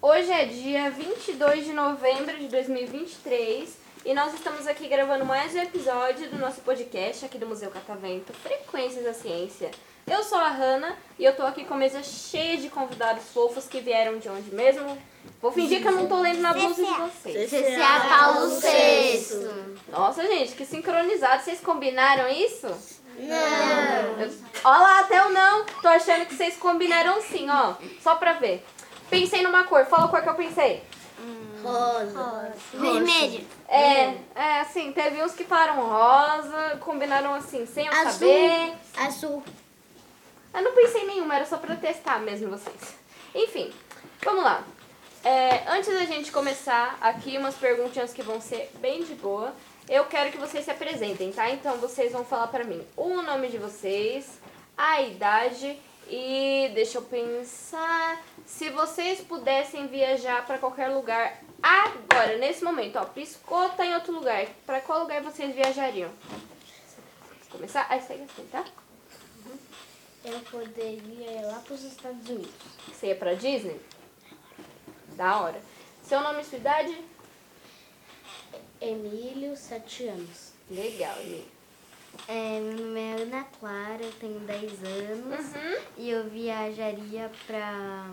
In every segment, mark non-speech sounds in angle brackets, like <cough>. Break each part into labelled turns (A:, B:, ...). A: Hoje é dia 22 de novembro de 2023 e nós estamos aqui gravando mais um episódio do nosso podcast aqui do Museu Catavento, Frequências da Ciência. Eu sou a Hanna e eu tô aqui com mesa cheia de convidados fofos que vieram de onde mesmo? Vou fingir que eu não tô lendo na blusa de
B: é
A: vocês.
C: é
D: CCA é Paulo VI.
A: Nossa, gente, que sincronizado. Vocês combinaram isso? Não. Olha lá, até eu não. Tô achando que vocês combinaram sim, ó. Só pra ver. Pensei numa cor. Fala a cor que eu pensei.
D: Rosa. Vermelho.
A: É, é, assim, teve uns que falaram rosa, combinaram assim, sem eu
D: Azul.
A: saber.
D: Azul.
A: Eu não pensei em nenhuma, era só pra testar mesmo vocês. Enfim, vamos lá. É, antes da gente começar, aqui umas perguntinhas que vão ser bem de boa. Eu quero que vocês se apresentem, tá? Então vocês vão falar pra mim o nome de vocês, a idade e deixa eu pensar. Se vocês pudessem viajar pra qualquer lugar agora, nesse momento, ó, piscou, tá em outro lugar. Pra qual lugar vocês viajariam? Vou começar? Aí segue assim, tá?
D: Eu poderia ir lá para os Estados Unidos.
A: Você ia pra Disney? Da hora. Seu nome e sua idade?
D: Emílio, 7 anos.
A: Legal, Emília.
B: É, meu nome é Ana Clara, eu tenho 10 anos
A: Uhum.
B: e eu viajaria pra.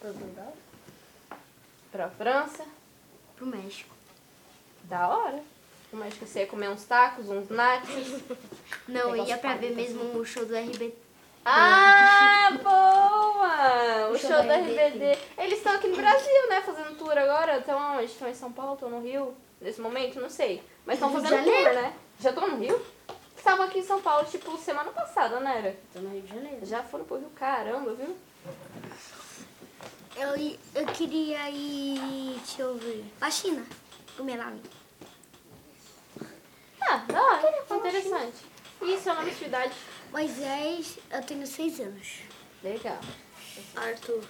D: Portugal?
A: Pra França?
B: pro México.
A: Da hora. Eu acho que você ia comer uns tacos, uns nachos.
B: Não, eu
A: Negócio
B: ia pra ver
A: pago,
B: mesmo o show do RBT. <laughs>
A: Ah, boa! O
B: O
A: show,
B: show
A: da
B: da RBD.
A: RBD. Eles estão aqui no Brasil, né? Fazendo tour agora. Estão onde? Estão em São Paulo? Estão no Rio? Nesse momento? Não sei. Mas estão
B: Rio de
A: fazendo tour,
B: Janeiro.
A: né? Já estão no Rio? Estavam aqui em São Paulo, tipo, semana passada, não era?
D: Estou no Rio de Janeiro.
A: Já foram pro Rio, caramba, viu?
B: Eu, eu queria ir. deixa eu ver. Pra China. Comer lá.
A: Ah, da hora. Interessante. E seu nome e sua idade?
B: Moisés, eu tenho 6 anos.
A: Legal.
C: Arthur,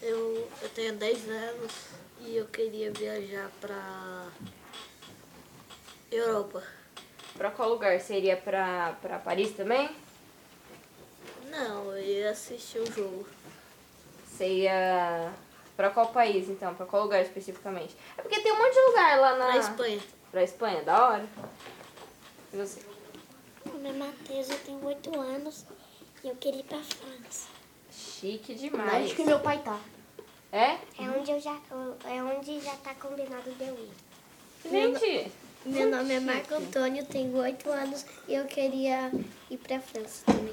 C: eu, eu tenho 10 anos e eu queria viajar pra Europa.
A: Pra qual lugar? Seria pra, pra Paris também?
C: Não, eu ia assistir o jogo.
A: Seria. Pra qual país então? Pra qual lugar especificamente? É porque tem um monte de lugar lá na.
D: Ah.
C: Pra Espanha.
A: Pra Espanha, da hora. E você?
E: Meu nome é Matheus, eu tenho 8 anos e eu queria ir pra França.
A: Chique
D: Na
A: demais.
D: onde que meu pai tá.
A: É?
E: É onde, eu já, é onde já tá combinado de eu ir.
A: Gente,
E: Meu nome é Marco Antônio, tenho 8 anos e eu queria ir pra França também.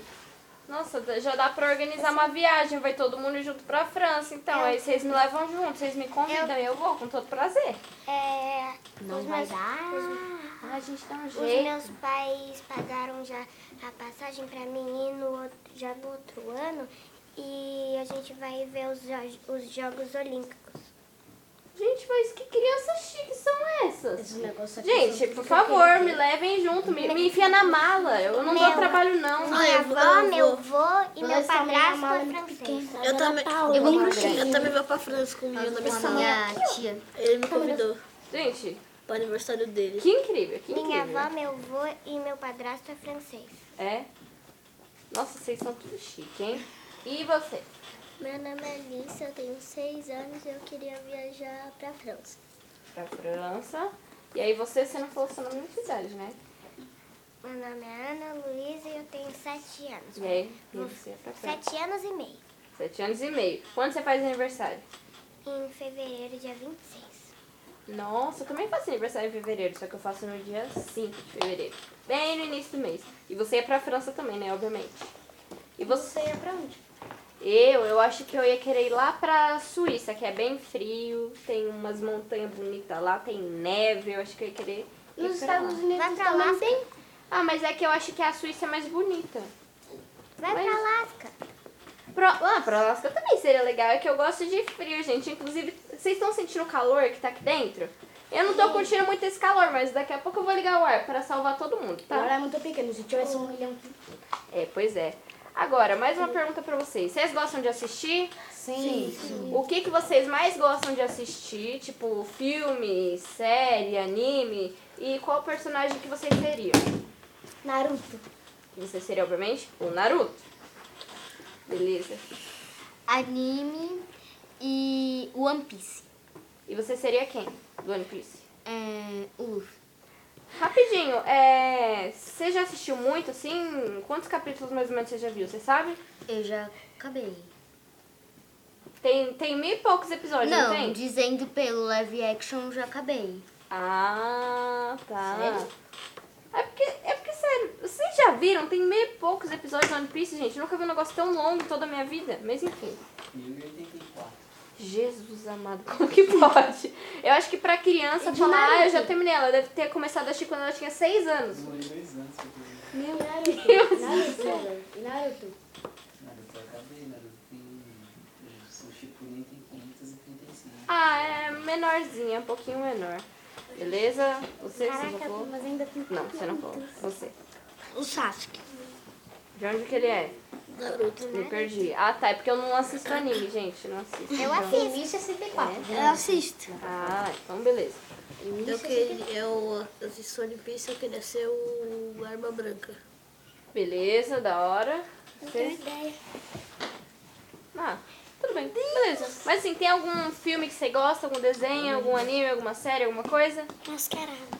A: nossa, já dá pra organizar uma viagem. Vai todo mundo junto pra França, então. Aí vocês me levam junto, vocês me convidam e eu vou com todo prazer.
E: É,
D: Não
E: os
D: vai
E: meus,
D: dar.
E: Os,
A: Ah, a gente dá um
E: os
A: jeito.
E: meus pais pagaram já a passagem pra mim ir no outro, já no outro ano e a gente vai ver os, jo- os Jogos Olímpicos.
A: Gente, mas que crianças chiques são essas?
D: Esse negócio aqui.
A: Gente,
C: é
A: por favor, me levem junto, me, me enfia na mala. Eu não dou
E: Meu.
A: trabalho, não.
E: Minha
C: eu vou-
E: avó,
C: eu
E: meu
C: vou.
E: avô e meu
D: Nós também
E: padrasto é
D: amamos
E: francês.
C: Eu também,
D: tá
C: eu, também vou pra França com o meu nome.
B: Minha tia.
C: Ele me
D: Tá
C: convidou
A: Gente,
C: pro aniversário dele.
A: que incrível, que
E: Minha
A: incrível.
E: avó, meu avô e meu padrasto é francês.
A: É. Nossa, vocês são tudo chique, hein? E você?
E: Meu nome é Alice, eu tenho 6 anos e eu queria viajar pra França.
A: Pra França. E aí você, você não falou seu nome e sua idade, né?
E: Meu nome é Ana Luísa e eu tenho 7 anos.
B: Tá.
A: E aí, e você é pra França.
E: 7 anos e meio.
A: Sete anos e meio. Quando você faz aniversário?
E: Em fevereiro, dia 26.
A: Nossa, eu também faço aniversário em fevereiro, só que eu faço no dia 5 de fevereiro. Bem no início do mês. E você ia pra França também, né? Obviamente. E você ia pra onde? Eu, eu acho que eu ia querer ir lá pra Suíça, que é bem frio, tem umas montanhas bonitas lá, tem neve, eu acho que eu ia querer. ir
D: Nos
A: pra lá.
D: Estados Unidos
E: Vai pra
B: então,
D: também
E: Alasca.
D: tem.
A: Ah, mas é que eu acho que a Suíça é mais bonita.
E: Vai
A: Mas-
E: pra Alasca.
A: Pro, ah, pro Alasca também seria legal, é que eu gosto de frio, gente. Inclusive, vocês estão sentindo o calor que tá aqui dentro? Eu não tô curtindo muito esse calor, mas daqui a pouco eu vou ligar o ar pra salvar todo mundo,
D: Agora
A: tá?
D: é muito pequeno. Se tivesse um milhão.
A: É, pois é. Agora, mais uma pergunta pra vocês. Vocês gostam de assistir?
D: Sim.
A: O que, que vocês mais gostam de assistir? Tipo, filme, série, anime? E qual personagem que vocês seriam?
E: Naruto.
A: Que você seria, obviamente, o Naruto. Beleza.
B: Anime e One Piece.
A: E você seria quem do One Piece?
B: É, o
A: Rapidinho, é... você já assistiu muito, assim? Quantos capítulos mais ou menos você já viu, você sabe?
B: eu já acabei.
A: Tem, tem mil e poucos episódios, não, tem?
B: dizendo pelo live action já acabei.
A: Ah, tá. É porque, é porque, sério, vocês já viram? Tem meio poucos episódios do One Piece, gente. Eu nunca vi um negócio tão longo em toda a minha vida. Mas enfim.
F: 1084.
A: Jesus amado, <laughs> como que pode? Eu acho que pra
E: É
A: criança falar, ah, eu já terminei. Ela deve ter começado a assistir quando ela tinha 6 anos. <laughs>
F: Demorei dois anos pra terminar.
D: E Naruto. Naruto. Naruto.
F: Naruto, eu acabei. Naruto tem. O Shippuden tem 535.
A: Ah, é menorzinha, um pouquinho menor. Beleza? Você, você não
E: Caraca,
A: falou?
E: mas ainda tem
A: Não, você não falou. Você.
B: O Sasuke.
A: De onde que ele é?
C: Naruto.
A: Me perdi. Ah, tá. É porque eu não assisto anime, gente. Não assisto.
B: Então,
E: Eu
D: Tem
E: assisto.
D: 1064.
B: Eu assisto.
A: Ah, então beleza.
C: É. Eu, queria, eu assisto One Piece, eu queria ser o Arma Branca.
A: Beleza, da hora.
E: Não
A: Você-
E: tenho É, ideia.
A: Ah, tudo bem. Beleza. Mas assim, tem algum filme que você gosta, algum desenho, algum anime, alguma série, alguma coisa?
E: Mascarado.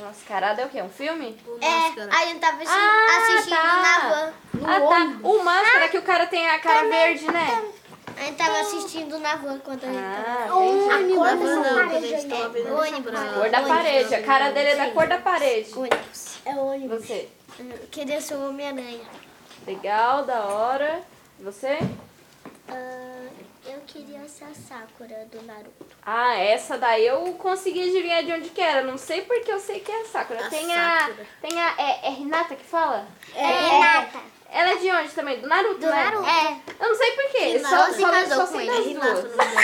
A: Mascarada é o quê? Um filme?
C: O
B: É,
C: Máscara.
B: aí eu tava assistindo,
A: Ah,
B: assistindo
A: tá.
B: na van.
A: ah, tá. O máscara que o cara tem a cara verde, né?
B: Aí eu tava assistindo na van quando a gente tava.
A: Ah, entendi.
E: A
C: Não,
E: cor
C: não,
E: dessa
C: quando a
E: parede
C: gente tava
E: aí
C: vendo
B: Ônibus.
C: pra- É
A: Cor da parede. A cara dele é da cor da parede.
B: Ônibus.
E: é ônibus.
A: Você.
B: Hum, Queria ser o Homem-Aranha.
A: Legal, da hora. Você?
E: Ah, eu queria ser a Sakura do Naruto.
A: Ah, essa daí eu consegui adivinhar de onde que era. Não sei porque eu sei que é a Sakura.
C: A
A: tem
C: Sakura.
A: a. Tem a. É, é Renata que fala?
E: É, Renata.
A: Ela é de onde também? Do Naruto, né?
B: É.
A: Eu não sei porquê.
C: Renata
A: Só,
B: se
A: só,
B: casou
A: só
B: com
A: sei
B: ele,
A: das
C: é Renato,
A: duas.
C: o nome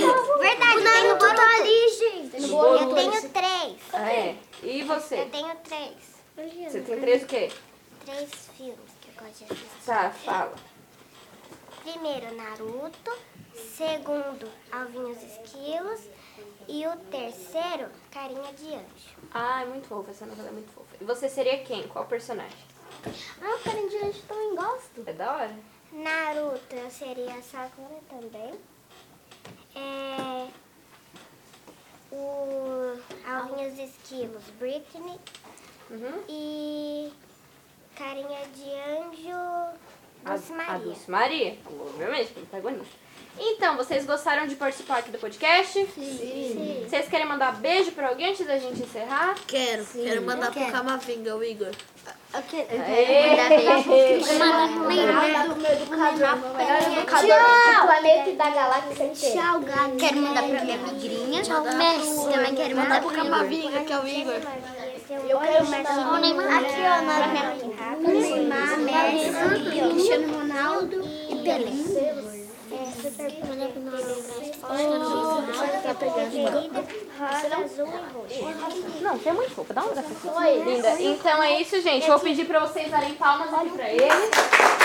C: dela.
B: É.
E: Verdade, o Naruto tá ali, gente.
A: No
E: Eu
A: Boruto.
E: tenho três.
A: Ah, é. E você?
E: Eu tenho três.
A: Você tem três o quê?
E: Três filmes que eu gosto de assistir.
A: Tá, fala.
E: Primeiro, Naruto. Segundo, Alvinhos Esquilos. E o terceiro, Carinha de Anjo.
A: Ah, é muito fofa. Essa novela é muito fofa. E você seria quem? Qual personagem?
E: Ah, o Carinha de Anjo também gosto.
A: É da hora.
E: Naruto, eu seria a Sakura também. É... O Alvinhos Esquilos, Britney.
A: Uhum.
E: E Carinha de Anjo,
A: A-
E: Dulce
A: A
E: Maria.
A: Dulce Maria. Obviamente, protagonista. Então, vocês gostaram de participar aqui do podcast?
E: Sim.
A: Vocês querem mandar beijo pra alguém antes da gente encerrar?
C: Quero, quero mandar pro Camavinga, o Igor.
D: Obrigado, meu educador. Melhor educador
E: Tchau.
D: do planeta e da galáxia inteira.
E: Tchau, galera.
B: Quero mandar pra minha migrinha. Tchau, Também quero mandar
C: Mandar pro
B: pro Igor.
C: Camavinga, que é o Igor.
E: Eu quero mandar
B: Aqui, ó, na minha Neymar, Cristiano Ronaldo e Pelé.
E: É, tá né? rosa, azul e roxo.
A: Não, você é muito fofa. Dá um abraço aqui. Linda. Então é isso, gente. Vou pedir pra vocês darem palmas aqui pra ele.